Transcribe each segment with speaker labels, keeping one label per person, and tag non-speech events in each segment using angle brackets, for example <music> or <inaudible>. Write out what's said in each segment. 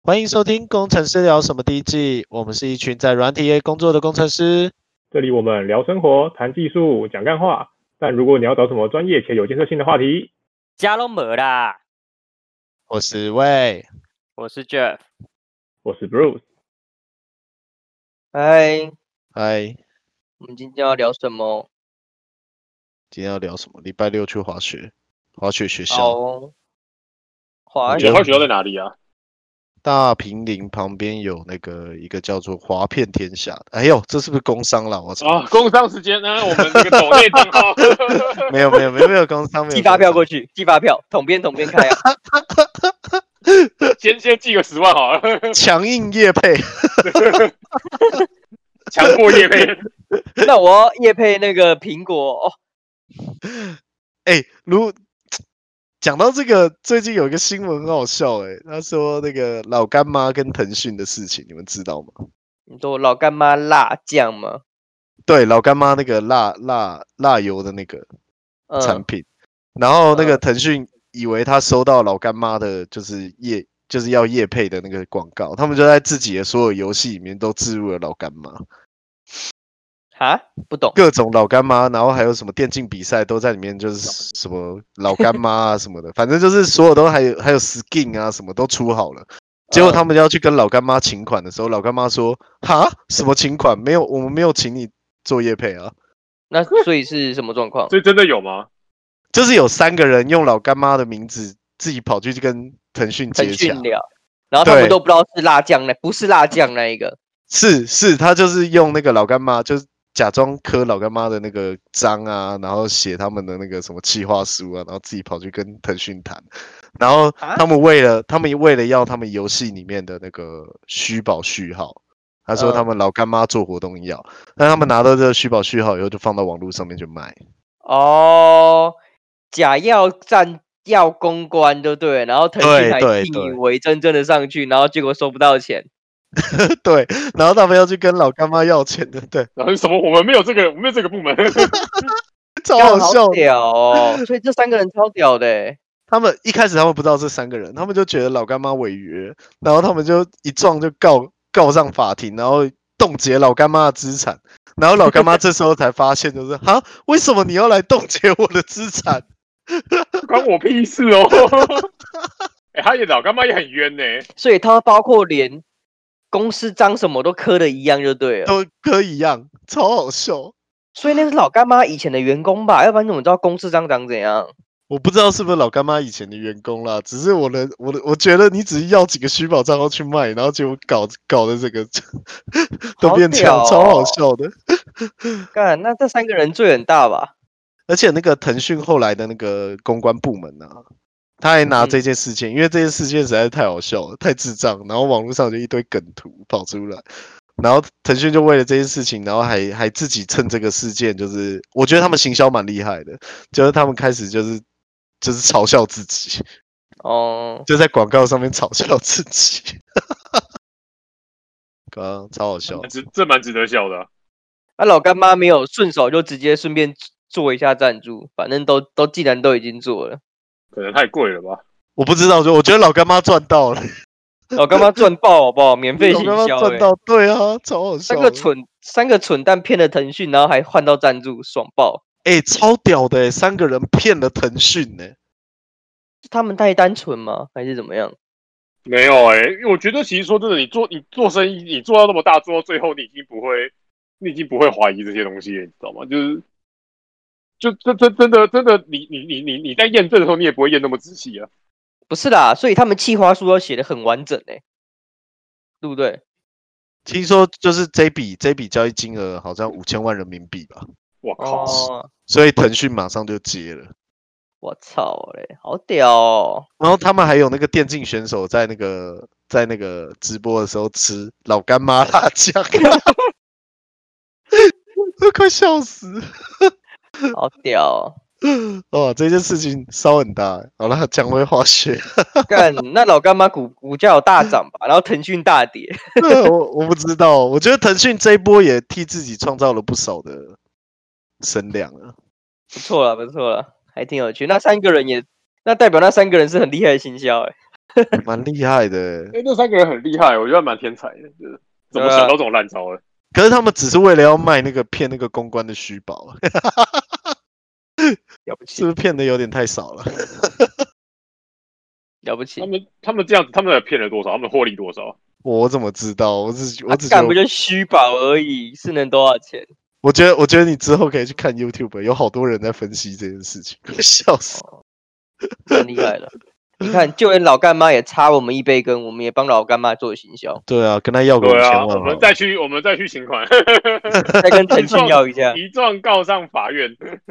Speaker 1: 欢迎收听《工程师聊什么》第一季，我们是一群在软体业工作的工程师。
Speaker 2: 这里我们聊生活、谈技术、讲干话。但如果你要找什么专业且有建设性的话题，
Speaker 3: 家都没啦。
Speaker 1: 我是魏，
Speaker 3: 我是 Jeff，
Speaker 2: 我是 Bruce。
Speaker 3: 嗨，
Speaker 1: 嗨，
Speaker 3: 我们今天要聊什么？
Speaker 1: 今天要聊什么？礼拜六去滑雪，滑雪学校，
Speaker 3: 好哦，滑
Speaker 1: 我
Speaker 4: 你
Speaker 1: 觉
Speaker 4: 的
Speaker 1: 得
Speaker 4: 坏学校在哪里啊？
Speaker 1: 大平林旁边有那个一个叫做“滑遍天下”的。哎呦，这是不是工商啦？我操、
Speaker 4: 啊，工商时间呢？我们这个抖内账号， <laughs>
Speaker 1: 没有没有没有没有工商，没有
Speaker 3: <laughs> 寄发票过
Speaker 1: 去。
Speaker 3: 去，寄发票，统编统编开
Speaker 1: <laughs>
Speaker 3: 啊！
Speaker 4: 先先寄个十万好了，
Speaker 1: 强硬业配，
Speaker 4: 强迫业配。
Speaker 3: 那我要夜配那个苹果哦，
Speaker 1: 哎，如讲到这个，最近有一个新闻很好笑、哎，他说那个老干妈跟腾讯的事情，你们知道吗？
Speaker 3: 你说我老干妈辣酱吗？
Speaker 1: 对，老干妈那个辣辣辣油的那个产
Speaker 3: 嗯，
Speaker 1: 品，然后那个
Speaker 3: 嗯
Speaker 1: 腾讯以为他收到老干妈的，就是业就是要业配的那个广告，他们就在自己的所有游戏里面都置入了老干妈，
Speaker 3: 哈，不懂，
Speaker 1: 各种老干妈，然后还有什么电竞比赛都在里面，就是什么老干妈啊什么的，反正就是所有都还有还有 skin 啊什么都出好了。 <laughs> 结果
Speaker 3: 嗯
Speaker 1: 他们要去跟老干妈请款的时候，老干妈说：“哈，什么请款？没有，我们没有请你做业配啊。”
Speaker 3: 那所以是什么状况？
Speaker 4: 所以真的有吗？
Speaker 1: 就是有三个人用老干妈的名字自己跑去跟腾讯
Speaker 3: 腾
Speaker 1: 接洽
Speaker 3: 讯，聊，然后他
Speaker 1: 啊对
Speaker 3: 们都不知道是辣酱那，不是辣酱那一个，
Speaker 1: 是是，他就是用那个老干妈，就是假装刻老干妈的那个章啊，然后写他们的那个什么企划书啊，然后自己跑去跟腾讯谈，然后
Speaker 3: 啊
Speaker 1: 他们为了、他们为了要他们游戏里面的那个虚宝序号。他说
Speaker 3: 嗯
Speaker 1: 他们老干妈做活动要，但他们拿到这个虚宝序号以后，就放到网络上面去
Speaker 3: <laughs>
Speaker 1: 卖。
Speaker 3: 哦，假药占要公关，对不对？然后腾
Speaker 1: 对
Speaker 3: 讯还
Speaker 1: 对
Speaker 3: 信
Speaker 1: 对
Speaker 3: 以为真正的上去，然后结果收不到钱。
Speaker 1: 对，然后他们要去跟老干妈要钱的，对，
Speaker 4: 然后什么？我们没有这个，我们没有这个部门。 <laughs>
Speaker 1: 超
Speaker 3: 干
Speaker 1: 好笑的。
Speaker 3: 屌哦！ <laughs> 所以这三个人超屌的欸，
Speaker 1: 他们一开始他们不知道这三个人，他们就觉得老干妈违约，然后他们就一撞就告告上法庭，然后冻结老干妈的资产。然后老干妈这时候才发现，就是哈，为什么你要来冻结我的资产？
Speaker 4: 关我屁事哦！哎、他也老干妈也很冤呢、
Speaker 3: 所以他包括连公司章什么都磕的一样就对了。
Speaker 1: 都可以一样，超好笑。
Speaker 3: 所以那是老干妈以前的员工吧，要不然怎么知道公司章长怎样？
Speaker 1: 我不知道是不是老干妈以前的员工啦，只是我的我的我觉得你只是要几个虚宝账号去卖，然后结果搞搞的这个都
Speaker 3: 好
Speaker 1: 变这样，
Speaker 3: 屌
Speaker 1: 超好
Speaker 3: 哦
Speaker 1: 笑的。
Speaker 3: 干，那这三个人罪很大吧？
Speaker 1: 而且那个腾讯后来的那个公关部门啊，他还拿
Speaker 3: 嗯
Speaker 1: 这件事件，因为这件事件实在是太好笑了，太智障，然后网络上就一堆梗图跑出来，然后腾讯就为了这件事情，然后还还自己趁这个事件，就是我觉得他们行销蛮厉害的，就是他们开始就是就是嘲笑自己，
Speaker 3: 哦，
Speaker 1: 就在广告上面嘲笑自己， <laughs> 刚刚超好笑
Speaker 4: 蛮，值这蛮值得笑的啊、
Speaker 3: 那、老干妈没有顺手就直接顺便做一下赞助，反正都都既然都已经做了，
Speaker 4: 可能太贵了吧？
Speaker 1: 我不知道，就我觉得老干妈赚到了，
Speaker 3: 老干妈赚爆好不
Speaker 1: <laughs>
Speaker 3: 好？免费
Speaker 1: 老
Speaker 3: 行
Speaker 1: 干妈
Speaker 3: 销、
Speaker 1: 赚
Speaker 3: 欸，
Speaker 1: 到，对啊，超好笑
Speaker 3: 三
Speaker 1: 的。
Speaker 3: 个蠢三个蠢蛋骗了腾讯，然后还换到赞助，爽爆！
Speaker 1: 哎、超屌的、欸，三个人骗了腾讯欸呢。
Speaker 3: 是他们太单纯吗？还是怎么样？
Speaker 4: 没有哎、因为我觉得其实说真的，你做你做生意，你做到那么大，做到最后，你已经不会，你已经不会怀疑这些东西了，你知道吗？就是，就真真真的真的，你你你你你在验证的时候，你也不会验那么仔细啊。
Speaker 3: 不是啦，所以他们企划书要写的很完整诶、对不对？
Speaker 1: 听说就是这笔这笔交易金额好像五千万人民币吧，
Speaker 4: 我靠！
Speaker 3: 哦，
Speaker 1: 所以腾讯马上就接了。
Speaker 3: 我操嘞，好屌、哦！
Speaker 1: 然后他们还有那个电竞选手在那个在那个直播的时候吃老干妈辣酱，都快笑死了！
Speaker 3: 好屌、哦！
Speaker 1: 哇，这件事情烧很大欸。好了，讲回滑雪，
Speaker 3: 哦干，那老干妈股股价有大涨吧？然后腾讯大跌，
Speaker 1: 我我不知道，我觉得腾讯这一波也替自己创造了不少的声量啊。
Speaker 3: 不错了，不错了，还挺有趣。那三个人也，那代表那三个人是很厉害的行销诶、欸
Speaker 1: 蛮厉害的。欸
Speaker 4: 哎、那三个人很厉害，我觉得蛮天才的，就是怎
Speaker 3: 对
Speaker 4: 么
Speaker 3: 啊
Speaker 4: 想到这种烂招的？
Speaker 1: 可是他们只是为了要卖那个骗那个公关的虚宝， <laughs>
Speaker 3: 了
Speaker 1: 是
Speaker 3: 不起
Speaker 1: 不，是骗的有点太少了？
Speaker 3: 了不起
Speaker 4: 他，们他们这样子，他们骗了多少？他们获利多少？
Speaker 1: 我怎么知道？我只我
Speaker 3: 啊
Speaker 1: 只觉
Speaker 3: 干不
Speaker 1: 得，
Speaker 3: 就虚宝而已，是能多少钱？
Speaker 1: 我觉得我觉得你之后可以去看 YouTube，有欸好多人在分析这件事
Speaker 4: <laughs>
Speaker 1: 情，笑死。
Speaker 4: 哦
Speaker 3: 蛮厉害的。你看，就连老干妈也插我们一杯羹，我们也帮老干妈做行销，
Speaker 1: 对啊，跟他要个五
Speaker 4: 对
Speaker 1: 千
Speaker 4: 啊，
Speaker 1: 万
Speaker 4: 我
Speaker 1: 好
Speaker 4: 们
Speaker 1: 了。
Speaker 4: 再去我们再去请款，
Speaker 3: 再跟腾讯要一
Speaker 1: 啊
Speaker 3: 下。
Speaker 4: <laughs> 一状告上法院，
Speaker 1: <laughs>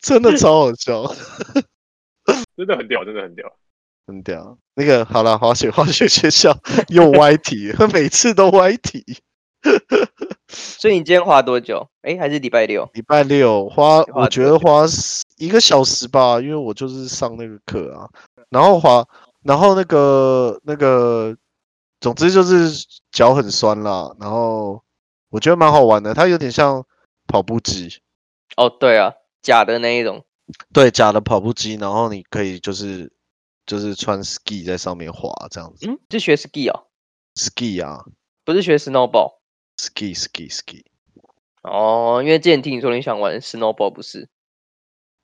Speaker 1: 真的超好笑，
Speaker 4: 真的很屌，真的很屌。
Speaker 1: 很屌。那个好了，滑雪滑雪学校又歪题了，每次都歪题。
Speaker 3: 所以你今天花多久？哎，还是礼拜六？
Speaker 1: 礼拜六花，
Speaker 3: 花
Speaker 1: 我觉得花十一个小时吧，因为我就是上那个课啊，然后滑，然后那个那个，总之就是脚很酸啦，然后我觉得蛮好玩的，它有点像跑步机，
Speaker 3: 哦，对啊，假的那一种。
Speaker 1: 对，假的跑步机，然后你可以就是就是穿 ski 在上面滑这样子
Speaker 3: 嗯，是学 ski 哦，
Speaker 1: ，ski 啊
Speaker 3: 不是学 snowball。
Speaker 1: ，ski ski ski。
Speaker 3: 哦，因为之前听你说你想玩 snowball，不是？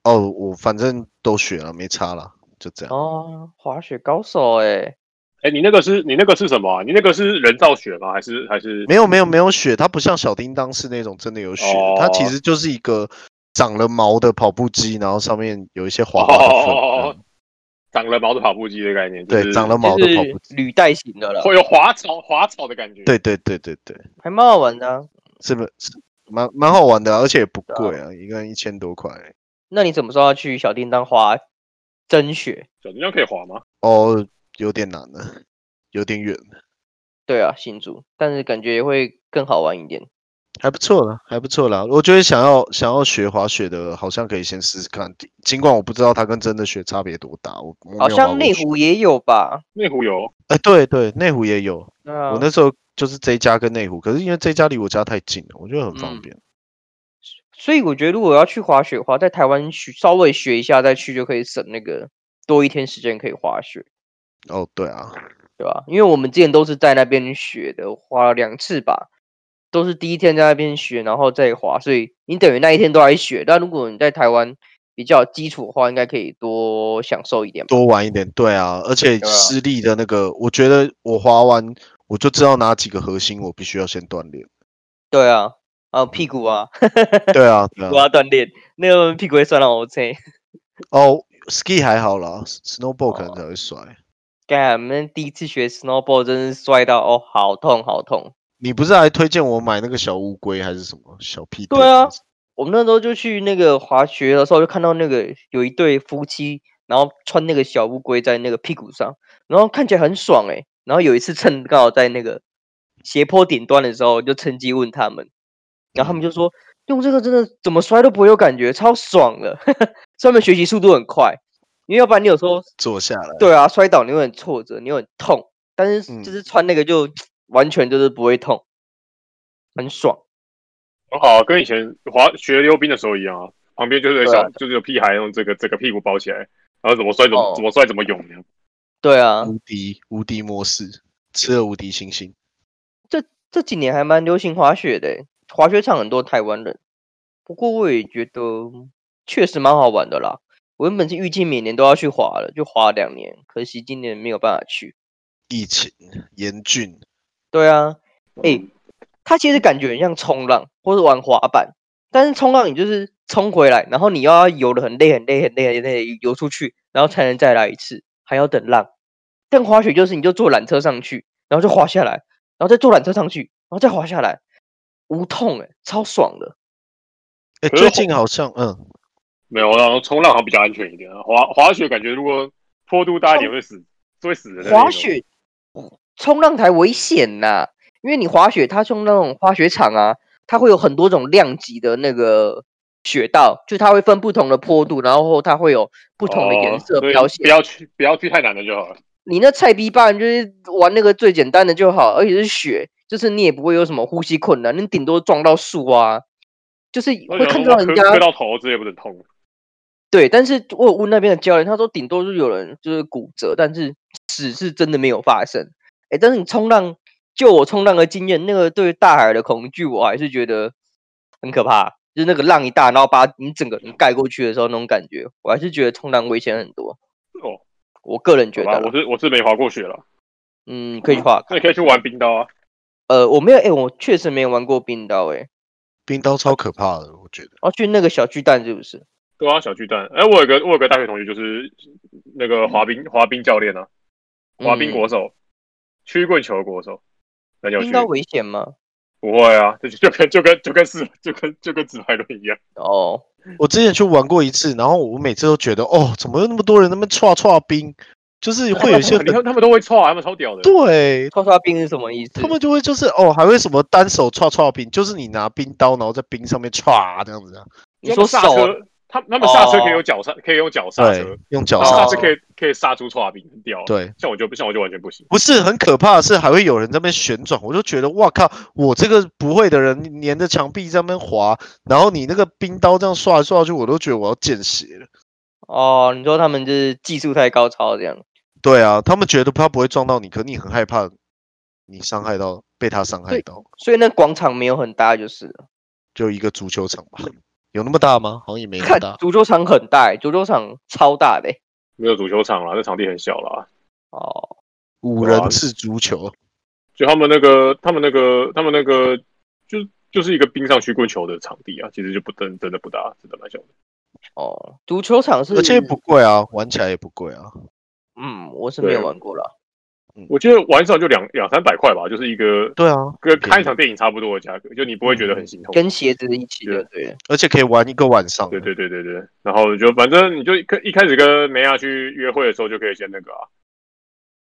Speaker 1: 哦，我反正都学了，没差啦，就这样。
Speaker 3: 哦，滑雪高手哎、
Speaker 4: 哎、你那个是你那个是什么啊、你那个是人造雪吗？还是还是
Speaker 1: 没有没有没有雪，它不像小叮当是那种真的有雪，它其
Speaker 4: 哦
Speaker 1: 实就是一个长了毛的跑步机，然后上面有一些滑滑
Speaker 4: 哦
Speaker 1: 的
Speaker 4: 哦
Speaker 1: 粉
Speaker 4: 哦哦
Speaker 1: 这样。
Speaker 4: 长了毛的跑步机的概念？就是
Speaker 1: 对，长了毛的跑
Speaker 3: 就
Speaker 1: 步
Speaker 3: 是履带型的了，
Speaker 4: 会有滑草滑草的感觉。
Speaker 1: 对对对对对，
Speaker 3: 还蛮好玩的啊、
Speaker 1: 是不是蛮蛮好玩的啊、而且也不
Speaker 3: 对
Speaker 1: 贵
Speaker 3: 啊
Speaker 1: 啊，一个人一千多块。
Speaker 3: 那你什么时候要去小叮当滑真雪？
Speaker 4: 小叮当可以滑吗？
Speaker 1: 哦，有点难了、有点远，
Speaker 3: 对啊，新竹，但是感觉也会更好玩一点。
Speaker 1: 还不错啦，还不错啦。我觉得想要想要学滑雪的，好像可以先试试看，尽管我不知道它跟真的雪差别多大。我我没
Speaker 3: 好
Speaker 1: 有滑
Speaker 3: 像
Speaker 1: 过
Speaker 3: 内
Speaker 1: 雪
Speaker 3: 湖也有吧？
Speaker 4: 内湖有，
Speaker 1: 哎、对对，内湖也有，
Speaker 3: 对啊
Speaker 1: 我，那时候就是这一家跟内湖，可是因为这一家离我家太近了，我觉得很方
Speaker 3: 嗯
Speaker 1: 便。
Speaker 3: 所以我觉得如果要去滑雪的话，在台湾学稍微学一下再去就可以省那个多一天时间可以滑雪，
Speaker 1: 哦，对啊，
Speaker 3: 对吧？因为我们之前都是在那边学的，滑了两次吧，都是第一天在那边学，然后再滑，所以你等于那一天都在学。但如果你在台湾比较有基础的话，应该可以多享受一点吧。
Speaker 1: 多玩一点，对啊，而且
Speaker 3: 对啊
Speaker 1: 私立的那个，我觉得我滑完我就知道哪几个核心我必须要先锻
Speaker 3: <laughs>
Speaker 1: 炼。
Speaker 3: 对啊，还有屁股啊，
Speaker 1: 对啊，对
Speaker 3: 我
Speaker 1: 啊。
Speaker 3: 要锻炼，那个屁股会酸到我这。
Speaker 1: 哦，ski 还好啦，snowboard 可能
Speaker 3: 哦
Speaker 1: 才会摔。
Speaker 3: 干，我们第一次学 snowball 真是摔到哦，好痛好痛。
Speaker 1: 你不是还推荐我买那个小乌龟还是什么小屁？
Speaker 3: 对啊，我们那时候就去那个滑雪的时候，就看到那个有一对夫妻，然后穿那个小乌龟在那个屁股上，然后看起来很爽诶、然后有一次趁刚好在那个斜坡顶端的时候，就趁机问他们，然后他们就说用这个真的怎么摔都不会有感觉，超爽的。所以他们学习速度很快，因为要不然你有时候
Speaker 1: 坐下来。
Speaker 3: 对啊摔倒你会很挫折，你会很痛，但是
Speaker 1: 嗯
Speaker 3: 就是穿那个就完全就是不会痛，很爽。
Speaker 4: 很好啊，跟以前滑学溜冰的时候一样啊，旁边就是有
Speaker 3: 对
Speaker 4: 小
Speaker 3: 啊
Speaker 4: 就是有屁孩用这个这个屁股包起来，然后怎么摔怎么、
Speaker 3: 哦
Speaker 4: 怎么摔怎么涌这样。
Speaker 3: 对啊，
Speaker 1: 无敌无敌模式，吃了无敌星星。
Speaker 3: 这几年还蛮流行滑雪的欸，滑雪场很多台湾人。不过我也觉得确实蛮好玩的啦。我原本是预计每年都要去滑了，就滑两年，可惜今年没有办法去。
Speaker 1: 疫情严峻，
Speaker 3: 对啊，哎、它其实感觉很像冲浪或是玩滑板，但是冲浪你就是冲回来，然后你要游的很累很累很累很累游出去，然后才能再来一次，还要等浪。但滑雪就是你就坐缆车上去，然后就滑下来，然后再坐缆车上去，然后再滑下来，无痛哎、超爽的。
Speaker 1: 哎、
Speaker 4: 可是
Speaker 1: 最
Speaker 4: 后
Speaker 1: 近好像嗯，
Speaker 4: 没有，然后冲浪好像比较安全一点啊。滑滑雪感觉如果坡度大一点会死，会死人的那种。
Speaker 3: 滑雪、冲浪台危险呐、因为你滑雪，它冲那种滑雪场啊，它会有很多种量级的那个雪道，就它会分不同的坡度，然后它会有不
Speaker 4: 不
Speaker 3: 同的颜色标
Speaker 4: 哦不
Speaker 3: 线。
Speaker 4: 要去不要去太难的就好了。
Speaker 3: 你那菜逼棒就是玩那个最简单的就好，而且是雪，就是你也不会有什么呼吸困难，你顶多撞到树啊，就是
Speaker 4: 哦
Speaker 3: 会看到人家
Speaker 4: 磕到头这也不能痛。
Speaker 3: 对，但是我有问那边的教练，他说顶多就是有人就是骨折，但是死是真的没有发生。哎，但是你冲浪，就我冲浪的经验，那个对于大海的恐惧，我还是觉得很可怕。就是那个浪一大，然后把你整个人盖过去的时候那种感觉，我还是觉得冲浪危险很多。
Speaker 4: 哦，
Speaker 3: 我个人觉
Speaker 4: 好
Speaker 3: 得
Speaker 4: 吧，
Speaker 3: 啦，
Speaker 4: 啊我是我是没滑过雪了，
Speaker 3: 嗯，可以去画。
Speaker 4: 那你可以去玩冰刀啊。
Speaker 3: 呃，我没有，哎、我确实没有玩过冰刀、欸，哎，
Speaker 1: 冰刀超可怕的，我觉得。
Speaker 3: 哦，去那个小巨蛋是不是？
Speaker 4: 对啊，小巨蛋。哎、我有个我有个大学同学，就是那个滑冰滑冰教练啊，滑冰
Speaker 3: 嗯
Speaker 4: 国手，曲棍球国手，很有趣
Speaker 3: 冰。刀危险吗？
Speaker 4: 不会啊，就就跟就跟就跟是就跟就跟直排轮一样。
Speaker 3: 哦，
Speaker 1: 我之前去玩过一次，然后我每次都觉得，哦，怎么有那么多人那么刷刷冰，就是会有一些
Speaker 4: <laughs> 你
Speaker 1: 人
Speaker 4: 看他们都会错啊，他们超屌的。
Speaker 1: 对。
Speaker 3: 刷刷冰是什么意思？
Speaker 1: 他们就会就是哦，还会什么单手刷刷冰，就是你拿冰刀，然后在冰上面刷这样子啊。
Speaker 3: 你说手
Speaker 4: 刹
Speaker 3: 啊
Speaker 4: 车，他他们刹车可以用脚刹，可以用脚刹车
Speaker 1: 对，，用脚
Speaker 4: 他
Speaker 3: 哦
Speaker 4: 刹
Speaker 1: 刹
Speaker 4: 车
Speaker 1: 车。
Speaker 4: 可以可以刹出错冰，很屌啊。
Speaker 1: 对，
Speaker 4: 像我就不像我就完全不行。
Speaker 1: 不是很可怕的是，还会有人在那边旋转，我就觉得哇靠，我这个不会的人粘着墙壁在那边滑，然后你那个冰刀这样刷来刷去，我都觉得我要见血了。
Speaker 3: 哦，你说他们就是技术太高超这样。
Speaker 1: 对啊，他们觉得他不会撞到你，可你很害怕你伤害到被他伤害
Speaker 3: 对
Speaker 1: 到，
Speaker 3: 所以那广场没有很大，就是了
Speaker 1: 就一个足球场吧，有那么大吗？好像也没那么
Speaker 3: 看
Speaker 1: 大。
Speaker 3: 足球场很大、欸，足球场超大的欸、
Speaker 4: 没有足球场啦，那场地很小啦。
Speaker 3: 哦，
Speaker 1: 五
Speaker 4: 对啊
Speaker 1: 人制足球，
Speaker 4: 就他们那个，他们那个，他们那个，就就是一个冰上曲棍球的场地啊，其实就不真真的不大，真的蛮小的。
Speaker 3: 哦，足球场是，
Speaker 1: 而且也不贵啊，玩起来也不贵啊。
Speaker 3: 嗯，我是没有
Speaker 4: 对
Speaker 3: 玩过啦。
Speaker 4: 我记得玩上就两两三百块吧，就是一个
Speaker 1: 对啊，
Speaker 4: 跟
Speaker 1: 便宜
Speaker 4: 看一场电影差不多的价格，就你不会觉得很心痛。
Speaker 3: 跟鞋子一起
Speaker 4: 对
Speaker 3: 的，对了，
Speaker 1: 而且可以玩一个晚上。
Speaker 4: 对对对对对，然后就反正你就一开一开始跟梅亚去约会的时候，就可以先那个啊，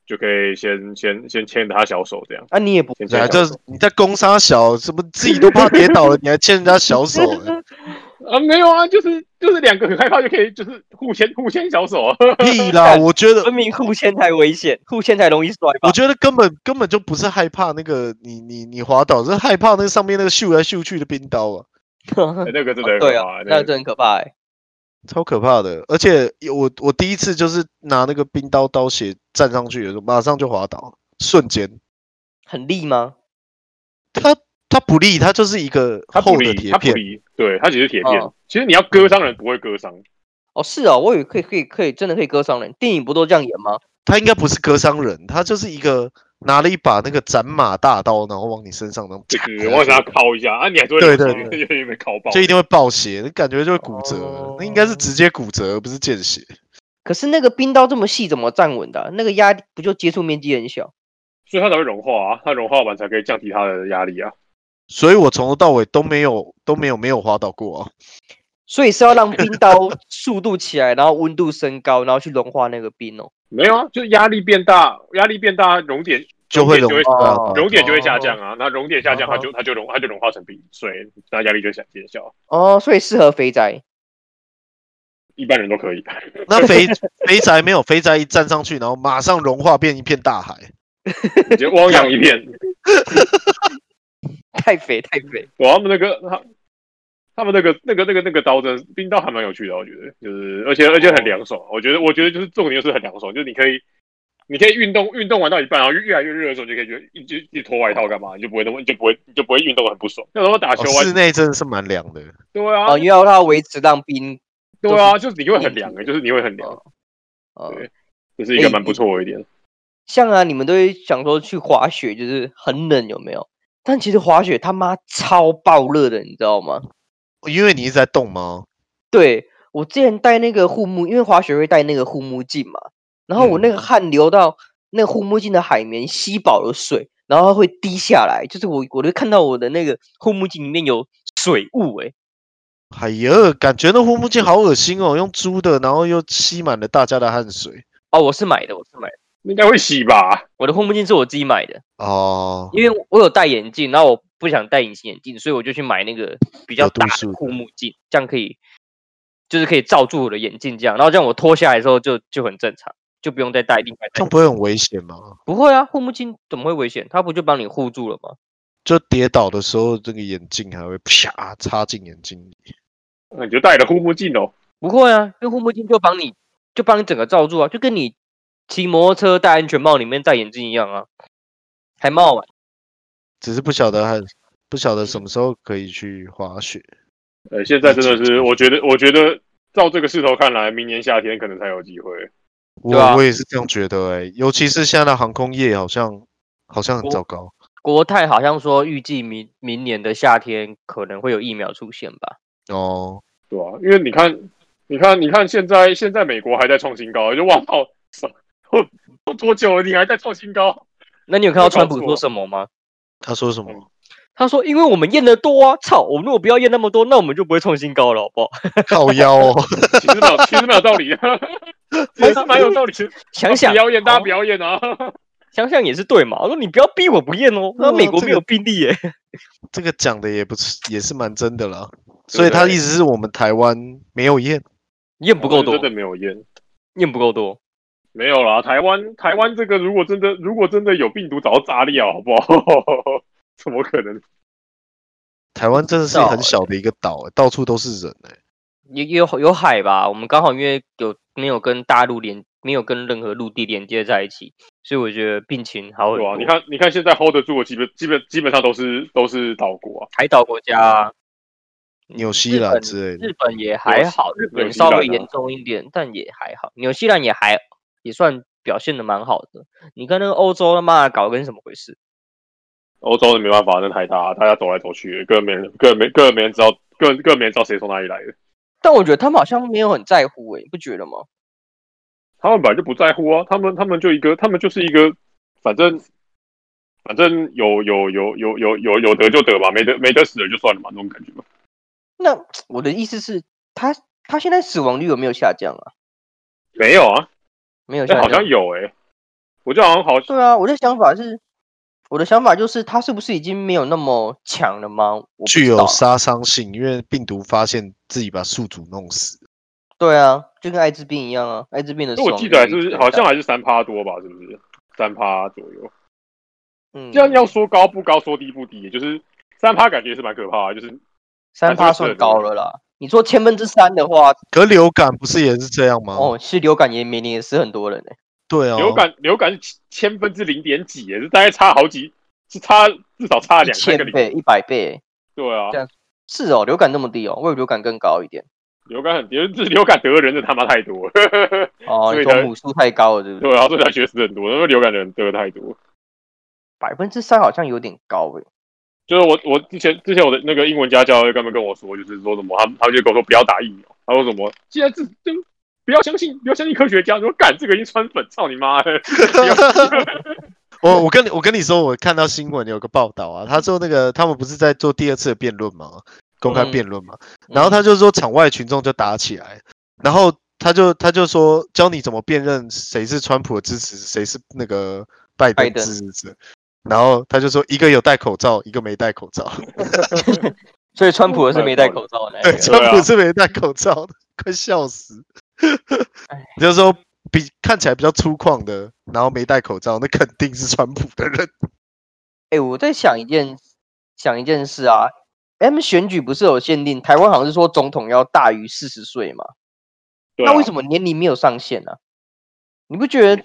Speaker 4: 就可以先先先牵着她小手这样，
Speaker 3: 啊，你也不
Speaker 4: 先
Speaker 1: 对
Speaker 4: 牵
Speaker 1: 啊，
Speaker 4: 小
Speaker 1: 这
Speaker 4: 手
Speaker 1: 你在攻杀小，怎么自己都怕跌倒了，你还牵人家小 <laughs> 手、
Speaker 4: 啊没有啊，就是就是两个很害怕就可以就是互牵互牵小手啊，
Speaker 3: 嗯
Speaker 1: 屁啦！我觉 <laughs> 得
Speaker 3: 分，明互牵才危险，互牵才容易摔
Speaker 1: <laughs>
Speaker 3: 吧
Speaker 1: 我？觉得根本根本就不是害怕那个你你你滑倒，是害怕那个上面那个咻来咻去的冰刀啊，
Speaker 4: 哎 <laughs> 那个真的很
Speaker 3: 对
Speaker 4: 可怕
Speaker 3: 啊，那
Speaker 4: 个
Speaker 3: 真的很可怕哎、
Speaker 1: 超可怕的。而且我我第一次就是拿那个冰刀刀血站上去的时候，马上就滑倒，瞬间。
Speaker 3: 很利吗？
Speaker 1: 它它不利，它就是一个
Speaker 4: 它
Speaker 1: 厚
Speaker 4: 不
Speaker 1: 的
Speaker 4: 离，
Speaker 1: 铁
Speaker 4: 它不
Speaker 1: 片，嗯
Speaker 4: 离，对，它只是铁片。
Speaker 3: 哦
Speaker 4: 其实你要割伤人不会割伤，
Speaker 3: 哦，是哦，我以为可以可以可以，真的可以割伤人。电影不都这样演吗？
Speaker 1: 它应该不是割伤人，它就是一个拿了一把那个斩马大刀，然后往你身上那种，
Speaker 4: 就是我想要敲一下啊，你还是会
Speaker 1: 对
Speaker 4: 流
Speaker 1: 对
Speaker 4: 血 <laughs> 因为被敲爆。
Speaker 1: 就一定会爆血，你感觉就会骨折了，那应该是
Speaker 3: 哦
Speaker 1: 直接骨折，而不是见血。
Speaker 3: 可是那个冰刀这么细，怎么站稳的啊、那个压力不就接触面积很小？
Speaker 4: 所以它才会融化啊，它融化完才可以降低它的压力啊。
Speaker 1: 所以我从头到尾都没有都没有没有滑倒过啊。
Speaker 3: 所以是要让冰刀速度起来，然后温度升高，然后去融化那个冰哦。
Speaker 4: 没有啊，就是压力变大，压力变大，熔点
Speaker 1: 就会
Speaker 4: 熔
Speaker 1: 融
Speaker 4: 点就
Speaker 1: 化
Speaker 3: 哦
Speaker 1: 啊
Speaker 4: 会熔点就会下降啊。那熔点下降，
Speaker 3: 哦
Speaker 4: 它就它就融它就融化成冰水，那压力就会减小。
Speaker 3: 哦，所以适合肥宅。 <laughs>
Speaker 4: 一般人都可以， <laughs>
Speaker 1: 那肥肥宅没有肥宅一站上去，然后马上融化变一片大海。
Speaker 4: 直接汪洋一片。
Speaker 3: 太肥太肥，
Speaker 4: 啊哇，他们那个他他们那个那个那个那个刀真的是冰刀还蛮有趣的，我觉得就是而且而且很凉爽，我觉得我觉得就是重点就是很凉爽，就是你可以你可以运动运动完到一半，然后越来越热的时候，你就可以觉得一直一直脱外套干嘛，你就不会那么你就不会你就不会运动得很不爽。啊那时候打球
Speaker 1: 哦、
Speaker 4: 完，
Speaker 1: 室内真的是蛮凉的，
Speaker 4: 对啊
Speaker 3: 哦，因为要它维持让冰，
Speaker 4: 对啊，就是哦你会很凉
Speaker 3: 硬
Speaker 4: 的，就是你会很凉，
Speaker 3: 呃，
Speaker 4: 对这是一个蛮不错的一点。
Speaker 3: 像啊，你们都会想说去滑雪就是很冷，有没有？但其实滑雪他妈超爆热的，你知道吗？
Speaker 1: 因为你一直在动吗？
Speaker 3: 对我之前戴那个护目，因为滑雪会戴那个护目镜嘛，然后我那个汗流到那个护目镜的海绵吸饱了水，然后它会滴下来，就是我我就看到我的那个护目镜里面有水雾、欸，
Speaker 1: 哎呀，感觉那护目镜好恶心哦，用租的，然后又吸满了大家的汗水。
Speaker 3: 哦，我是买的，我是买的，
Speaker 4: 应该会洗吧？
Speaker 3: 我的护目镜是我自己买的，
Speaker 1: 哦，
Speaker 3: 因为我有戴眼镜，然后我不想戴隐形眼镜，所以我就去买那个比较
Speaker 1: 有度
Speaker 3: 大
Speaker 1: 数
Speaker 3: 的
Speaker 1: 的
Speaker 3: 护目镜，这样可以，就是可以罩住我的眼镜，这样，然后这样我脱下来之后就就很正常，就不用再戴另外
Speaker 1: 这
Speaker 3: 戴
Speaker 1: 样。不会很危险吗？
Speaker 3: 不会啊，护目镜怎么会危险？它不就帮你护住了吗？
Speaker 1: 就跌倒的时候，这个眼镜还会啪插进眼睛里。
Speaker 4: 那你就戴了护目镜哦。
Speaker 3: 不会啊，因为护目镜就帮你就帮你整个罩住啊，就跟你骑摩托车戴安全帽，里面戴眼镜一样啊，还啊蛮好玩。
Speaker 1: 只是不晓得还不晓得什么时候可以去滑雪。
Speaker 4: 呃，现在真的是，我觉得，我觉得照这个势头看来，明年夏天可能才有机会。
Speaker 1: 我、
Speaker 3: 对啊
Speaker 1: 我也是这样觉得哎、尤其是现在的航空业好像好像很糟糕。
Speaker 3: 国泰好像说预计明明年的夏天可能会有疫苗出现吧？
Speaker 1: 哦，
Speaker 4: 对啊，因为你看，你看，你看，现在现在美国还在创新
Speaker 3: <laughs>
Speaker 4: 高，就哇靠，什我都多久了，你还在创新高？
Speaker 3: 那你有看
Speaker 4: 我
Speaker 3: 到川
Speaker 4: 告
Speaker 3: 普
Speaker 4: 诉
Speaker 3: 说
Speaker 4: 我
Speaker 3: 什么吗？
Speaker 1: 他说什么？
Speaker 3: 他说：“因为我们验的多啊，操！我们如果不要验那么多，那我们就不会创新高了，好 <laughs> 不好？
Speaker 1: <laughs> 靠腰哦，
Speaker 4: 其实
Speaker 3: <laughs>
Speaker 4: 没有，其实没有道理的，其实蛮有道理的。
Speaker 3: 想想
Speaker 4: 不要演，大家
Speaker 3: 哦
Speaker 4: 不要演啊！
Speaker 3: 想想也是对嘛。”我说：“你不要逼我不验哦，
Speaker 1: 对
Speaker 3: 那
Speaker 1: 啊
Speaker 3: 美国
Speaker 1: 这
Speaker 3: 没
Speaker 1: 个
Speaker 3: 有病例 <laughs> 耶。
Speaker 1: 这个讲的也不是也是蛮真的啦。所以他
Speaker 4: 对
Speaker 1: 的意思是我们台湾没有验，
Speaker 3: 验 <laughs> 不够多
Speaker 4: 真，的没有演。
Speaker 3: 验不够多。
Speaker 4: 没有啦，台湾台湾这个如果真的如果真的有病毒，早就炸裂了，好 <laughs> 不好？怎么可能？
Speaker 1: 台湾真的是
Speaker 3: 不知道
Speaker 1: 很小的一个岛、欸到处都是人哎、
Speaker 3: 也也有有海吧，我们刚好因为有没有跟大陆连，没有跟任何陆地连接在一起，所以我觉得病情好很
Speaker 4: 对
Speaker 3: 多。
Speaker 4: 啊，你看你看现在 hold 得住的，基本基本基本上都是都是岛国啊，
Speaker 3: 海岛国家啊，
Speaker 1: 纽西兰之类的
Speaker 3: 日本也还好，日
Speaker 4: 纽
Speaker 3: 本
Speaker 4: 西
Speaker 3: 稍微
Speaker 4: 兰啊
Speaker 3: 严重一点，但也还好，纽西兰也还也算表现的蛮好的。你看那个欧洲他妈的搞得跟什么回事？
Speaker 4: 欧洲的没办法，那太大，大家走来走去，根本没人，根本没根本没人知道，根本根本没人知道谁从哪里来的。
Speaker 3: 但我觉得他们好像没有很在乎、欸，你不觉得吗？
Speaker 4: 他们本来就不在乎啊，他们他们就一个，他们就是一个，反正反正有有有有有有有得就得吧，没得没得死了就算了嘛，那种感觉嘛。
Speaker 3: 那我的意思是，他他现在死亡率有没有下降啊？
Speaker 4: 没有啊，
Speaker 3: 没有下
Speaker 4: 但
Speaker 3: 降，
Speaker 4: 好像有哎、我就好像好像
Speaker 3: 对啊，我的想法是，我的想法就是，它是不是已经没有那么强了吗？我不
Speaker 1: 具
Speaker 3: 知道
Speaker 1: 有
Speaker 3: 啊
Speaker 1: 杀伤性，因为病毒发现自己把宿主弄死。
Speaker 3: 对啊，就跟艾滋病一样啊，艾滋病的死
Speaker 4: 因为我
Speaker 3: 亡
Speaker 4: 记
Speaker 3: 率
Speaker 4: 得还
Speaker 3: 一直
Speaker 4: 是
Speaker 3: 在
Speaker 4: 好像
Speaker 3: 降
Speaker 4: 还是三趴多吧，是不是？三趴左右。
Speaker 3: 嗯
Speaker 4: 这样要说高不高，说低不低，就是三趴感觉是蛮可怕的，就是
Speaker 3: 三
Speaker 4: 还是
Speaker 3: 趴
Speaker 4: 会
Speaker 3: 算
Speaker 4: 射
Speaker 3: 高
Speaker 4: 流
Speaker 3: 了啦。你说千分之三的话，
Speaker 1: 可流感不是也是这样吗？
Speaker 3: 哦，其实流感也每年也死很多人欸呢、
Speaker 1: 对啊，
Speaker 3: 哦
Speaker 4: 流感流感是千分之零点几耶，是大概差好几，是差至少差了
Speaker 3: 一
Speaker 4: 两三个
Speaker 3: 千
Speaker 4: 零。
Speaker 3: 倍、一百倍欸、
Speaker 4: 对啊
Speaker 3: 这，样是哦，流感那么低哦，我以为流感更高一点。
Speaker 4: 流感很流流感得的人真的他妈太多了，
Speaker 3: 哦，
Speaker 4: 所
Speaker 3: 你
Speaker 4: 以
Speaker 3: 说
Speaker 4: 才
Speaker 3: 母数太高了，对不对？
Speaker 4: <laughs> 对啊，所以才学死很多，因为流感的人得的太多。
Speaker 3: 百分之三好像有点高欸诶、
Speaker 4: 就是我我之前之前我的那个英文家教他们跟我说，就是说什么他们他们就跟我说不要打疫苗，他说什么现在这这不要相信不要相信科学家，我说干这个已经穿粉，操你妈的！不要
Speaker 1: <laughs> 我我跟你我跟你说，我看到新闻有个报道啊，他说那个他们不是在做第二次的辩论嘛，公开
Speaker 3: 嗯
Speaker 1: 辩论嘛，然后他就说场外群众就打起来，然后他就他就说教你怎么辨认谁是川普的支持，谁是那个拜
Speaker 3: 拜
Speaker 1: 登
Speaker 3: 登
Speaker 1: 支持者，然后他就说一个有戴口罩，一个没戴口罩，
Speaker 3: 哎所以川普的是
Speaker 4: 蛮有
Speaker 3: 没戴
Speaker 4: 道理
Speaker 3: 口罩的那
Speaker 1: 对，
Speaker 3: 欸一个。
Speaker 1: 川普
Speaker 4: 啊
Speaker 1: 是没戴口罩的，快笑死
Speaker 3: 哎。
Speaker 1: 你 <laughs> 就说比看起来比较粗犷的，然后没戴口罩，那肯定是川普的人。
Speaker 3: 哎、我在想一件想一件事啊，M 选举不是有限定，台湾好像是说总统要大于四十岁嘛？
Speaker 4: 对
Speaker 3: 那
Speaker 4: 啊
Speaker 3: 为什么年龄没有上限呢、你不觉得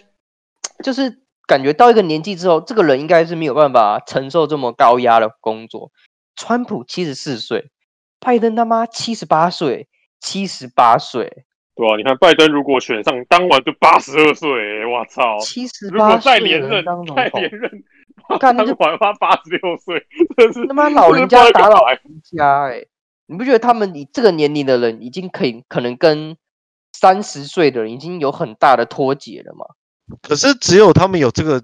Speaker 3: 就是感觉到一个年纪之后，这个人应该是没有办法承受这么高压的工作？川普七十四岁，拜登他妈七十八岁，七十八岁，
Speaker 4: 对啊，你看拜登如果选上，当晚就八十二岁，我操！
Speaker 3: 七十
Speaker 4: 如果
Speaker 3: 八
Speaker 4: 再
Speaker 3: 岁的
Speaker 4: 连
Speaker 3: 人
Speaker 4: 任
Speaker 3: 当，总
Speaker 4: 再
Speaker 3: 统
Speaker 4: 连，任，
Speaker 3: 干
Speaker 4: 当
Speaker 3: 那就
Speaker 4: 晚他八十六岁，真是
Speaker 3: 他妈老人家
Speaker 4: 真是不知道
Speaker 3: 打老
Speaker 4: 干嘛
Speaker 3: 人家哎、你不觉得他们以这个年龄的人已经可以可能跟三十岁的人已经有很大的脱节了吗？
Speaker 1: 可是只有他们有这个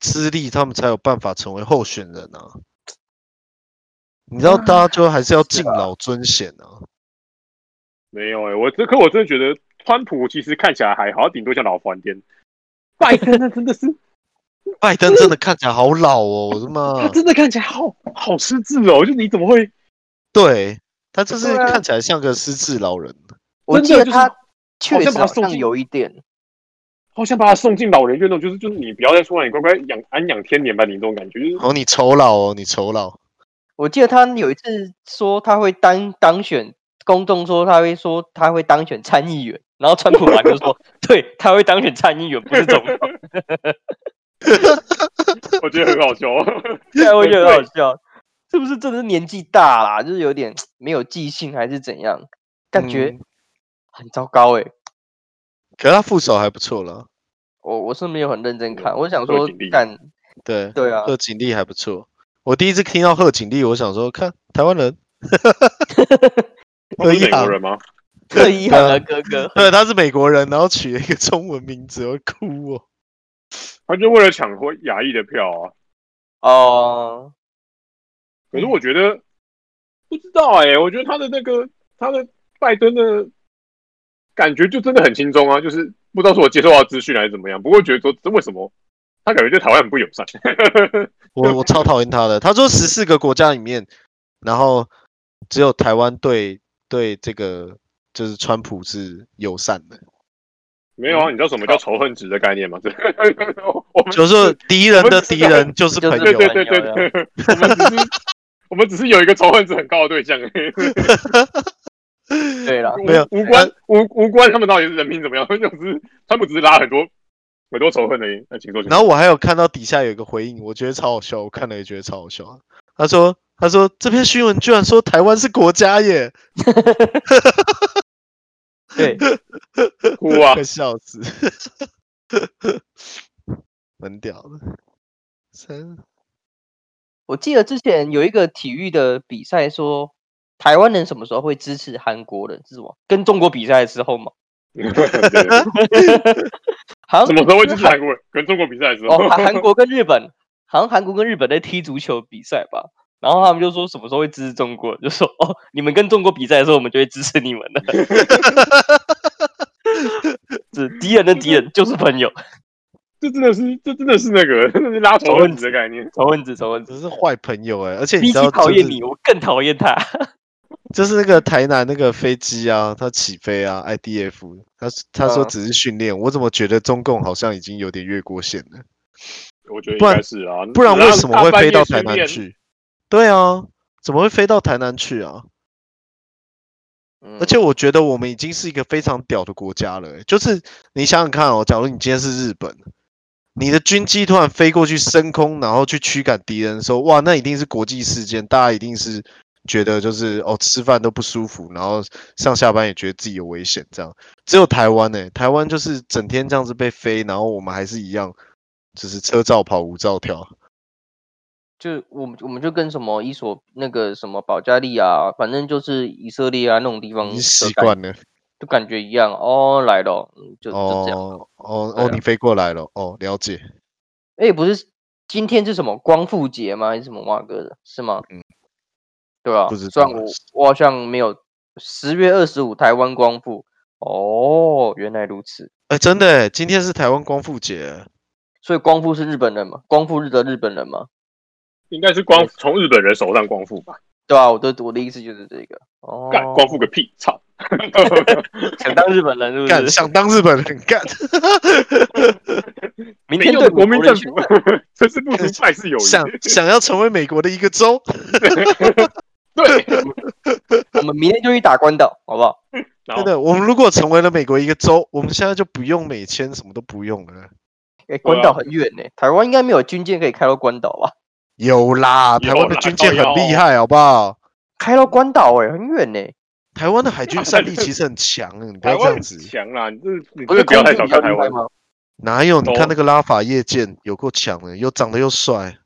Speaker 1: 资历，他们才有办法成为候选人啊。你知道，大家就还是要
Speaker 3: 啊是
Speaker 1: 敬老尊贤啊。
Speaker 4: 没有哎、我这可我真的觉得川普其实看起来还好，顶多像老翻天。拜
Speaker 3: <laughs>
Speaker 4: 登那真的是，
Speaker 1: 拜登真的看起来好老哦，我的
Speaker 3: <laughs>
Speaker 4: 他
Speaker 1: 妈！
Speaker 4: 真的看起来好好失智哦，就你怎么会？
Speaker 1: 对他就是
Speaker 3: 对啊
Speaker 1: 看起来像个失智老人。
Speaker 3: 我
Speaker 4: 真
Speaker 3: 记
Speaker 4: 的
Speaker 3: 得
Speaker 4: 就是
Speaker 3: 他确
Speaker 4: 像
Speaker 3: 实
Speaker 4: 把
Speaker 3: 好
Speaker 4: 他送
Speaker 3: 像
Speaker 4: 进
Speaker 3: 有一点，
Speaker 4: 好想把他送进老人院那种，哦就是就是你不要再出来，你乖乖养安养天年吧，你这种感觉
Speaker 1: <laughs>
Speaker 4: 就是。
Speaker 1: 哦，你酬劳哦，你酬劳。
Speaker 3: 我记得他有一次说他会当当选，公众说他会说他会当选参议员，然后川普马上就说，对他会当选参议员，不是总统。
Speaker 4: 我觉得很好笑。
Speaker 3: 对，我觉得很好
Speaker 4: 对
Speaker 3: 笑，是不是真的是年纪大啦，就是有点没有记性还是怎样，感觉
Speaker 1: 嗯
Speaker 3: 很糟糕哎、
Speaker 1: 可是他副手还不错了，
Speaker 3: 我我是没有很认真
Speaker 4: 对
Speaker 3: 看，我想
Speaker 4: 贺
Speaker 3: 说
Speaker 4: 锦丽
Speaker 3: 干
Speaker 1: 对，
Speaker 3: 对啊，
Speaker 1: 贺锦丽还不错。我第一次听到贺锦丽，我想说，看台湾
Speaker 3: <laughs>
Speaker 1: 人，
Speaker 4: 他不是美
Speaker 1: 一
Speaker 4: 国
Speaker 1: 行
Speaker 4: 人吗？
Speaker 3: 特意喊的哥哥，
Speaker 1: 啊对，他是美国人，然后取了一个中文名字，我哭哦。
Speaker 4: 他就为了抢回亚裔的票啊。
Speaker 3: 哦，
Speaker 4: 可是我觉得不知道哎、我觉得他的那个他的拜登的感觉就真的很轻松啊，就是不知道是我接受到的资讯还是怎么样。不过觉得说这为什么他感觉对台湾很不友善， <laughs>
Speaker 1: 我我超讨厌他的。他说十四个国家里面，然后只有台湾对对这个就是川普是友善的，
Speaker 4: 没有啊？你知道什么叫仇恨值的概念吗？这 <laughs> 我们
Speaker 1: 就是说敌人的敌人就是
Speaker 3: 就
Speaker 1: 朋
Speaker 3: 是
Speaker 4: 对
Speaker 1: 友啊
Speaker 4: 对。对对对，我们只是 <laughs> 我们只是有一个仇恨值很高的对象而已，
Speaker 3: 对啦，
Speaker 1: <laughs> 没有呃
Speaker 4: 无无关无无关他们到底是人民怎么样，就是他们只是拉很多 <laughs> 很多仇恨而已。那请说，请
Speaker 1: 然后我还有看到底下有一个回应，我觉得超好笑，我看了也觉得超好笑。啊他说他说这篇新闻居然说台湾是国家耶，
Speaker 3: 对，
Speaker 4: 说 <laughs> 哭啊
Speaker 1: <laughs> 快！笑死，蛮屌的。三
Speaker 3: 我记得之前有一个体育的比赛说。台湾人什么时候会支持韩国人？是什么？跟中国比赛的时候嘛？
Speaker 4: 对对对
Speaker 3: 好像
Speaker 4: 什么时候会支持韩国人跟中国比赛的时候？
Speaker 3: 哦，韩韩国跟日本，好像韩国跟日本在踢足球比赛吧。然后他们就说什么时候会支持中国，就说哦，你们跟中国比赛的时候，我们就会支持你们的。 <laughs> 是敌人的敌人就是朋友，
Speaker 4: 这真的是，这真的是那个， <laughs> 真的是拉仇恨值的概念。
Speaker 3: 仇恨值，仇恨值。
Speaker 1: 只是坏朋友哎，而且 <laughs> 你知
Speaker 3: 比起
Speaker 1: 道、就是、
Speaker 3: 讨厌你，我更讨厌他。
Speaker 1: 就是那个台南那个飞机啊，它起飞啊，IDF，他他说
Speaker 3: 嗯
Speaker 1: 只是训练，我怎么觉得中共好像已经有点越过线了？
Speaker 4: 我觉得
Speaker 1: 不
Speaker 4: 应
Speaker 1: 然
Speaker 4: 该是啊，
Speaker 1: 不然为
Speaker 4: 大
Speaker 1: 什么会飞到台？
Speaker 4: 大半
Speaker 1: 南
Speaker 4: 夜训练
Speaker 1: 去？对啊，怎么会飞到台南去啊？
Speaker 4: 嗯
Speaker 3: 嗯
Speaker 1: 而且我觉得我们已经是一个非常屌的国家了欸、就是你想想看哦，假如你今天是日本，你的军机突然飞过去升空，然后去驱赶敌人的时候，哇，那一定是国际事件，大家一定是觉得就是哦，吃饭都不舒服，然后上下班也觉得自己有危险这样。只有台湾呢、台湾就是整天这样子被飞，然后我们还是一样，就是车照跑，舞照跳。
Speaker 3: 就我们我们就跟什么伊索那个什么保加利亚，啊反正就是以色列啊那种地
Speaker 1: 已
Speaker 3: 方
Speaker 1: 经
Speaker 3: 的
Speaker 1: 习
Speaker 3: 感，
Speaker 1: 惯了
Speaker 3: 就感觉一样哦，来了，嗯就就这样。
Speaker 1: 哦哦
Speaker 3: 对
Speaker 1: 哦
Speaker 3: 啊，
Speaker 1: 你飞过来了哦，了解。
Speaker 3: 哎、不是今天是什么光复节吗？还是什么哇哥的？是吗？
Speaker 1: 嗯，
Speaker 3: 对吧？
Speaker 1: 不知
Speaker 3: 虽然
Speaker 1: 道
Speaker 3: 我我好像没有十月二十五台湾光复。哦，原来如此。
Speaker 1: 哎，真的欸，今天是台湾光复节欸。
Speaker 3: 所以光复是日本人嘛？光复日的日本人嘛？
Speaker 4: 应该是光从日本人手上光复吧？
Speaker 3: 对啊，我的我的意思就是这个。哦，
Speaker 4: 干光复个屁！
Speaker 1: <laughs>
Speaker 4: 操！
Speaker 3: 想当日本人是不
Speaker 1: 干，
Speaker 3: 是？
Speaker 1: 想当日本人干，
Speaker 3: 明
Speaker 4: 没
Speaker 3: 天
Speaker 4: 用
Speaker 3: 对
Speaker 4: 的国民政
Speaker 3: 人
Speaker 4: 府
Speaker 1: <laughs>
Speaker 3: 选，
Speaker 4: 真是不如败事有余。
Speaker 1: 想想要成为美国的一个州，
Speaker 4: 对，
Speaker 3: 我们明天就去打关岛，好不好？
Speaker 4: 然
Speaker 1: 真
Speaker 4: 后
Speaker 1: 的，我们如果成为了美国一个州，我们现在就不用美签，什么都不用了。
Speaker 3: 哎、关
Speaker 4: 啊
Speaker 3: 岛很远呢、台湾应该没有军舰可以开到关岛吧？
Speaker 1: 有啦，
Speaker 4: 有
Speaker 1: 台湾的
Speaker 4: 啦
Speaker 1: 军舰
Speaker 4: 靠
Speaker 1: 很
Speaker 4: 腰
Speaker 1: 厉害，好不好？
Speaker 3: 开到关岛哎、很远呢、
Speaker 1: 台湾的海军战力其实很强的，你不
Speaker 4: 台
Speaker 1: 要这
Speaker 4: 湾很
Speaker 1: 样子。
Speaker 4: 强啦，你这你
Speaker 3: 不
Speaker 4: 真
Speaker 3: 是
Speaker 4: 的不要
Speaker 3: 空
Speaker 4: 太
Speaker 3: 军
Speaker 4: 小
Speaker 3: 比较
Speaker 4: 看
Speaker 3: 厉
Speaker 4: 台
Speaker 3: 害
Speaker 4: 湾。
Speaker 3: 吗？
Speaker 1: 哪有？你
Speaker 4: 懂
Speaker 1: 看那个拉法叶舰有够强的，又长得又帅。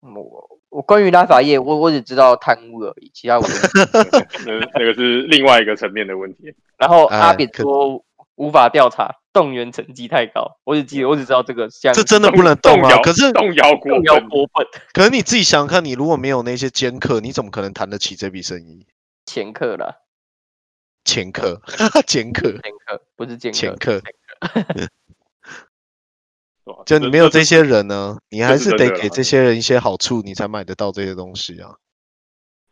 Speaker 3: 我我关于拉法叶，我我只知道贪污而已，其他我都不知道。
Speaker 4: 那那个是另外一个层面的问
Speaker 1: <laughs>
Speaker 4: 题。
Speaker 3: 然后阿
Speaker 1: 哎
Speaker 3: 扁
Speaker 1: 可
Speaker 3: 说无法调查，动员成绩太高。我只记得，我只知道这个像
Speaker 1: 这真的不能动
Speaker 4: 摇
Speaker 1: 啊！，可是
Speaker 4: 动摇国
Speaker 3: 动摇
Speaker 4: 本，
Speaker 3: 国本
Speaker 1: 可是你自己想想看，你如果没有那些尖客，你怎么可能谈得起这笔生意？
Speaker 3: 前客了，
Speaker 1: 掮 <laughs> 客，掮客，
Speaker 3: 前客不是前
Speaker 1: 掮
Speaker 3: 客，哎
Speaker 1: 客，
Speaker 4: 对吧
Speaker 1: 就你没有这些人呢，你还
Speaker 4: 这啊是
Speaker 1: 是
Speaker 4: 真
Speaker 1: 得
Speaker 4: 的
Speaker 1: 给
Speaker 4: 啦
Speaker 1: 这些人一些好处，你才买得到这些东西啊。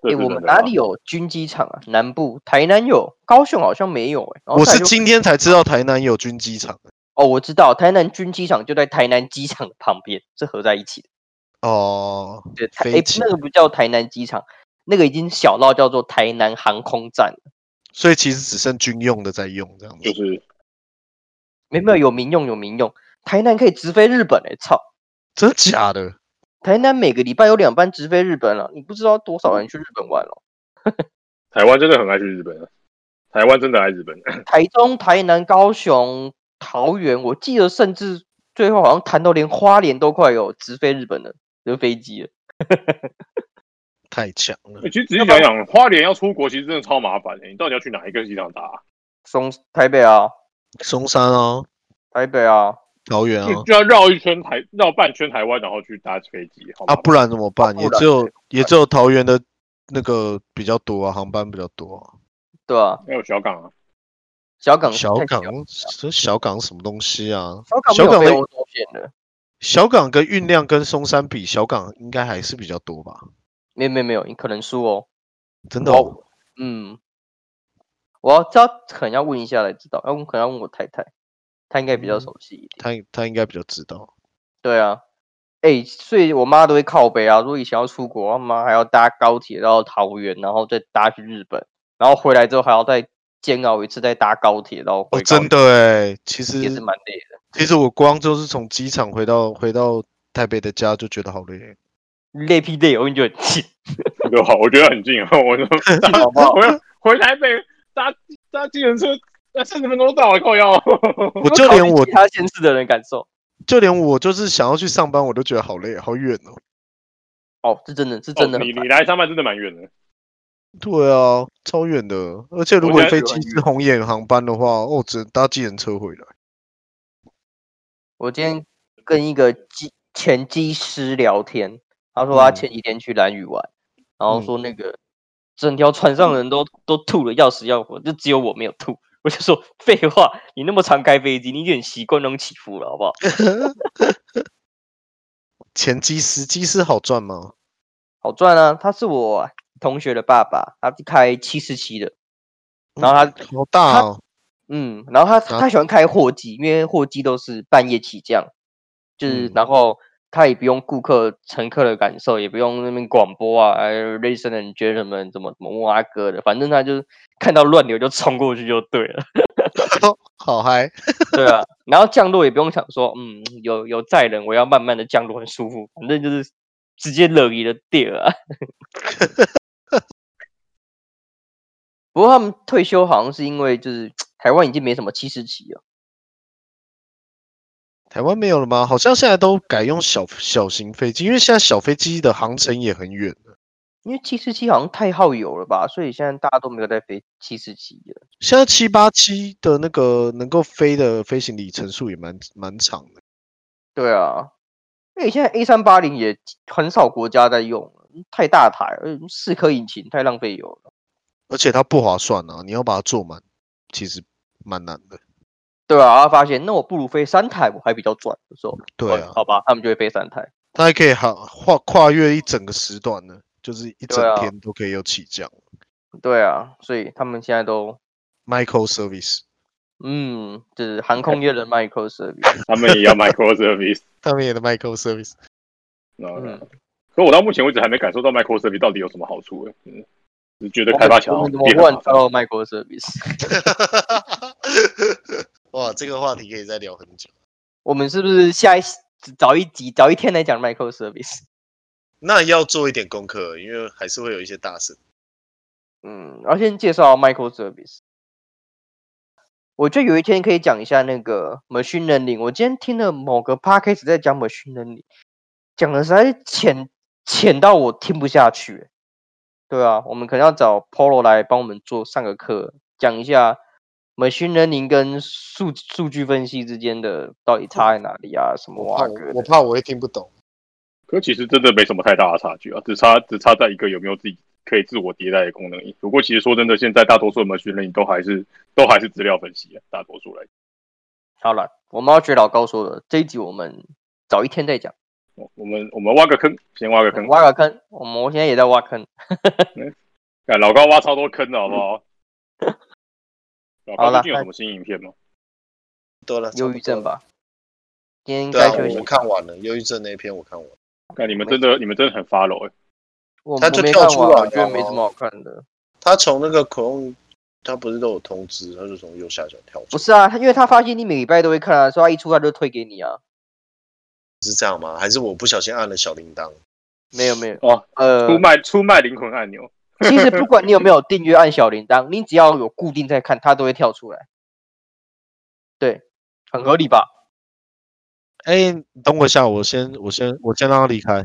Speaker 4: 这
Speaker 3: 哎，
Speaker 4: 是
Speaker 3: 我
Speaker 4: 真
Speaker 3: 们
Speaker 4: 的啊
Speaker 3: 哪
Speaker 4: 啦
Speaker 3: 里有军机场啊？南部、台南有，高雄好像没有哎、然后
Speaker 1: 我
Speaker 3: 再
Speaker 1: 是
Speaker 3: 就
Speaker 1: 今天才知道台南有军机场
Speaker 3: 哦，我知道台南军机场就在台南机场的旁边，是合在一起的。
Speaker 1: 哦，
Speaker 3: 对，台
Speaker 1: 飞
Speaker 3: 哎
Speaker 1: 机
Speaker 3: 那个不叫台南机场，那个已经小到叫做台南航空站了。
Speaker 1: 所以其实只剩军用的在用这样子
Speaker 4: 就。是
Speaker 3: 没没有有民用有民用，台南可以直飞日本哎、操！
Speaker 1: <laughs> 真的假的？
Speaker 3: 台南每个礼拜有两班直飞日本了，你不知道多少人去日本玩哦了。
Speaker 4: 台湾真的很爱去日本啊，台湾真的爱日本，
Speaker 3: 台中、台南、高雄、桃园，我记得甚至最后好像谈到连花莲都快有直飞日本的的飞机了。
Speaker 1: 太强了！
Speaker 4: 哎其实仔细想想，花莲要出国其实真的超麻烦的、你到底要去哪一个机场打、啊？
Speaker 3: 松台北啊，
Speaker 1: 松山啊，
Speaker 3: 台北啊，
Speaker 1: 桃园
Speaker 4: 就
Speaker 1: 啊，
Speaker 4: 就要绕一圈台，绕半圈台湾，然后去搭飞机，好麻
Speaker 1: 啊，
Speaker 4: 烦
Speaker 1: 不然怎么办？
Speaker 3: 不
Speaker 1: 也
Speaker 3: 然
Speaker 1: 只有也只有桃园的那个比较多啊，航班比较多啊。
Speaker 3: 对啊，
Speaker 4: 还有小港啊，
Speaker 3: 小港
Speaker 1: 小
Speaker 3: 太
Speaker 1: 港
Speaker 3: 小，
Speaker 1: 这小港什么东西啊？
Speaker 3: 小
Speaker 1: 小
Speaker 3: 港没有
Speaker 1: 港
Speaker 3: 飞
Speaker 1: 的
Speaker 3: 欧洲线的，
Speaker 1: 小港跟运量跟松山比，小港应该还是比较多吧？
Speaker 3: 没有没有没有，你可能输哦。
Speaker 1: 真的、哦？
Speaker 3: 嗯，我要这可能要问一下才知道，要问可能要问我太太，她应该比较
Speaker 1: 嗯
Speaker 3: 熟悉一点。
Speaker 1: 他他应该比较知道。
Speaker 3: 对啊，哎、所以我妈都会靠北啊，如果以前要出国，她妈还要搭高铁到桃园，然后再搭去日本，然后回来之后还要再煎熬一次，再搭高铁到回
Speaker 1: 哦，
Speaker 3: 高
Speaker 1: 真的哎，其
Speaker 3: 雄也
Speaker 1: 实
Speaker 3: 是蛮累的。
Speaker 1: 其实我光就是从机场回到回到台北的家就觉得好累。欸
Speaker 3: 累屁累，我跟你讲，气
Speaker 4: 对吧？我觉得很近啊，
Speaker 1: <laughs>
Speaker 4: 我说
Speaker 3: 好不好？
Speaker 4: 回回台北搭搭计程车，那三十分钟到了，靠腰。
Speaker 1: 我
Speaker 3: 有没
Speaker 1: 就
Speaker 3: 有考 <laughs>
Speaker 1: 连
Speaker 3: 虑
Speaker 1: 我
Speaker 3: 其他县市的人感受，
Speaker 1: 就连我就是想要去上班，我都觉得好累，好远哦。
Speaker 3: 哦，这真的是真的
Speaker 4: 哦
Speaker 3: 很
Speaker 4: 你
Speaker 3: 烦、
Speaker 4: 你来上班真的蛮远的，
Speaker 1: 对啊，超远的。而且如
Speaker 4: 我
Speaker 1: 果
Speaker 4: 现在
Speaker 1: 飞
Speaker 4: 就
Speaker 1: 机
Speaker 4: 很
Speaker 1: 是红眼航班的话，哦，只能搭计程车回来。
Speaker 3: 我今天跟一个机前机师聊天，他说他
Speaker 1: 嗯
Speaker 3: 前几天去蓝屿玩，然后
Speaker 1: 嗯
Speaker 3: 说那个整条船上的人都都吐了要死要活，就只有我没有吐。 <laughs> 我就说废话，你那么常开飞机，你已经很习惯那种起伏了，好不好？
Speaker 1: 前机师，机师好赚吗？
Speaker 3: 好赚啊！他是我同学的爸爸，他是开七四七的，然后他
Speaker 1: 好大哦，
Speaker 3: 嗯，然后他
Speaker 1: 然后
Speaker 3: 他喜欢开货机，因为货机都是半夜起降，就是、
Speaker 1: 嗯
Speaker 3: 然后他也不用顾客乘客的感受，也不用那边广播啊，哎，ladies and gentlemen 怎么怎么哇哥的，反正他就是看到乱流就冲过去就对了，
Speaker 1: 好嗨！
Speaker 3: 对啊， <laughs> 然后降落也不用想说，嗯，有有载人，我要慢慢的降落，很舒服，反正就是直接乐意的地儿啊。 <laughs> 不过他们退休好像是因为就是台湾已经没什么七十起了。
Speaker 1: 台湾没有了吗？好像现在都改用小小型飞机，因为现在小飞机的航程也很远。
Speaker 3: 因为七四七好像太耗油了吧，所以现在大家都没有在飞七四七了。
Speaker 1: 现在七八七的那个能够飞的飞行里程数也蛮蛮长的。
Speaker 3: 对啊，因为现在 A 三八零也很少国家在用了，太大台了，而且四颗引擎太浪费油了。
Speaker 1: 而且它不划算啊！你要把它做满，其实蛮难的。
Speaker 3: 对啊，然后发现那我不如飞三台，我还比较赚。我说，
Speaker 1: 对
Speaker 3: 哦
Speaker 1: 啊，
Speaker 3: 好吧，他们就会飞三台。
Speaker 1: 它还可以航跨跨越一整个时段呢，就是一整
Speaker 3: 对啊
Speaker 1: 天都可以有起降。
Speaker 3: 对啊，所以他们现在都
Speaker 1: Micro service，
Speaker 3: 嗯，就是航空业的 micro service。
Speaker 4: 他们也
Speaker 3: <laughs>
Speaker 4: 要 micro service。
Speaker 1: 他们也的 Micro service，
Speaker 4: 嗯
Speaker 3: 嗯，，
Speaker 4: 可我到目前为止还没感受到 micro service 到底有什么好处、欸，嗯，只觉得
Speaker 3: 我
Speaker 4: 开
Speaker 3: 们
Speaker 4: 发起来
Speaker 3: 我
Speaker 4: 好
Speaker 3: 们
Speaker 4: 像
Speaker 3: 怎么
Speaker 4: 变
Speaker 3: 忽
Speaker 4: 很
Speaker 3: 然
Speaker 4: 麻
Speaker 3: 跳
Speaker 4: 烦。
Speaker 3: 到 micro service？
Speaker 1: <laughs> 哇，这个话题可以再聊很久。
Speaker 3: 我们是不是下一早一集早一天来讲 micro service？
Speaker 1: 那要做一点功课，因为还是会有一些大神。
Speaker 3: 嗯，然后先介绍 micro service。我觉得有一天可以讲一下那个 machine learning。我今天听了某个 podcast 在讲 machine learning，讲的实在是浅浅到我听不下去欸。对啊，我们可能要找 Polo 来帮我们做上个课，讲一下 machine learning 跟数数据分析之间的到底差在哪里啊？什么哇哥的？
Speaker 1: 怕我会听不懂。
Speaker 4: 可其实真的没什么太大的差距啊，只差只差在一个有没有自己可以自我迭代的功能而已。不过其实说真的，现在大多数的 machine learning 都还是都还是资料分析啊，大多数来讲。
Speaker 3: 好了，我们要学老高说的这一集，我们早一天再讲。
Speaker 4: 我我们我们挖个坑，先挖个坑，
Speaker 3: 挖个坑，我们我现在也在挖坑。
Speaker 4: 看哎老高挖超多坑的好不好？老
Speaker 3: 嗯好
Speaker 4: 高
Speaker 3: 了
Speaker 4: 最近有什么新影片吗？
Speaker 1: 多了，
Speaker 3: 忧郁症吧。今天
Speaker 1: 对啊，
Speaker 3: 该休
Speaker 1: 我
Speaker 3: 息
Speaker 1: 我。看完了，忧郁症那一篇我看完了。
Speaker 4: 看你们真的你们真的很 follow 哎、
Speaker 3: 我
Speaker 1: 他
Speaker 3: 我
Speaker 1: 就
Speaker 3: 没
Speaker 1: 跳
Speaker 3: 看
Speaker 1: 出啊
Speaker 3: 完，
Speaker 1: 来
Speaker 3: 我觉得
Speaker 1: 了
Speaker 3: 没什
Speaker 1: 哦
Speaker 3: 么好看的。
Speaker 1: 他从那个 Chrome
Speaker 5: 他不是都有通知，他就从右下角跳出
Speaker 3: 不，是啊，他因为他发现你每礼拜都会看啊，所以他一出他就推给你啊。
Speaker 5: 是这样吗？还是我不小心按了小铃铛？
Speaker 3: 没有没有，
Speaker 4: 哦，
Speaker 3: 呃
Speaker 4: 出，卖出卖灵魂按钮，
Speaker 3: 其实不管你有没有订阅按小铃铛，你只要有固定在看，它都会跳出来。对，很合理吧？
Speaker 1: 哎、你等我一下，我先我先我先让他离开。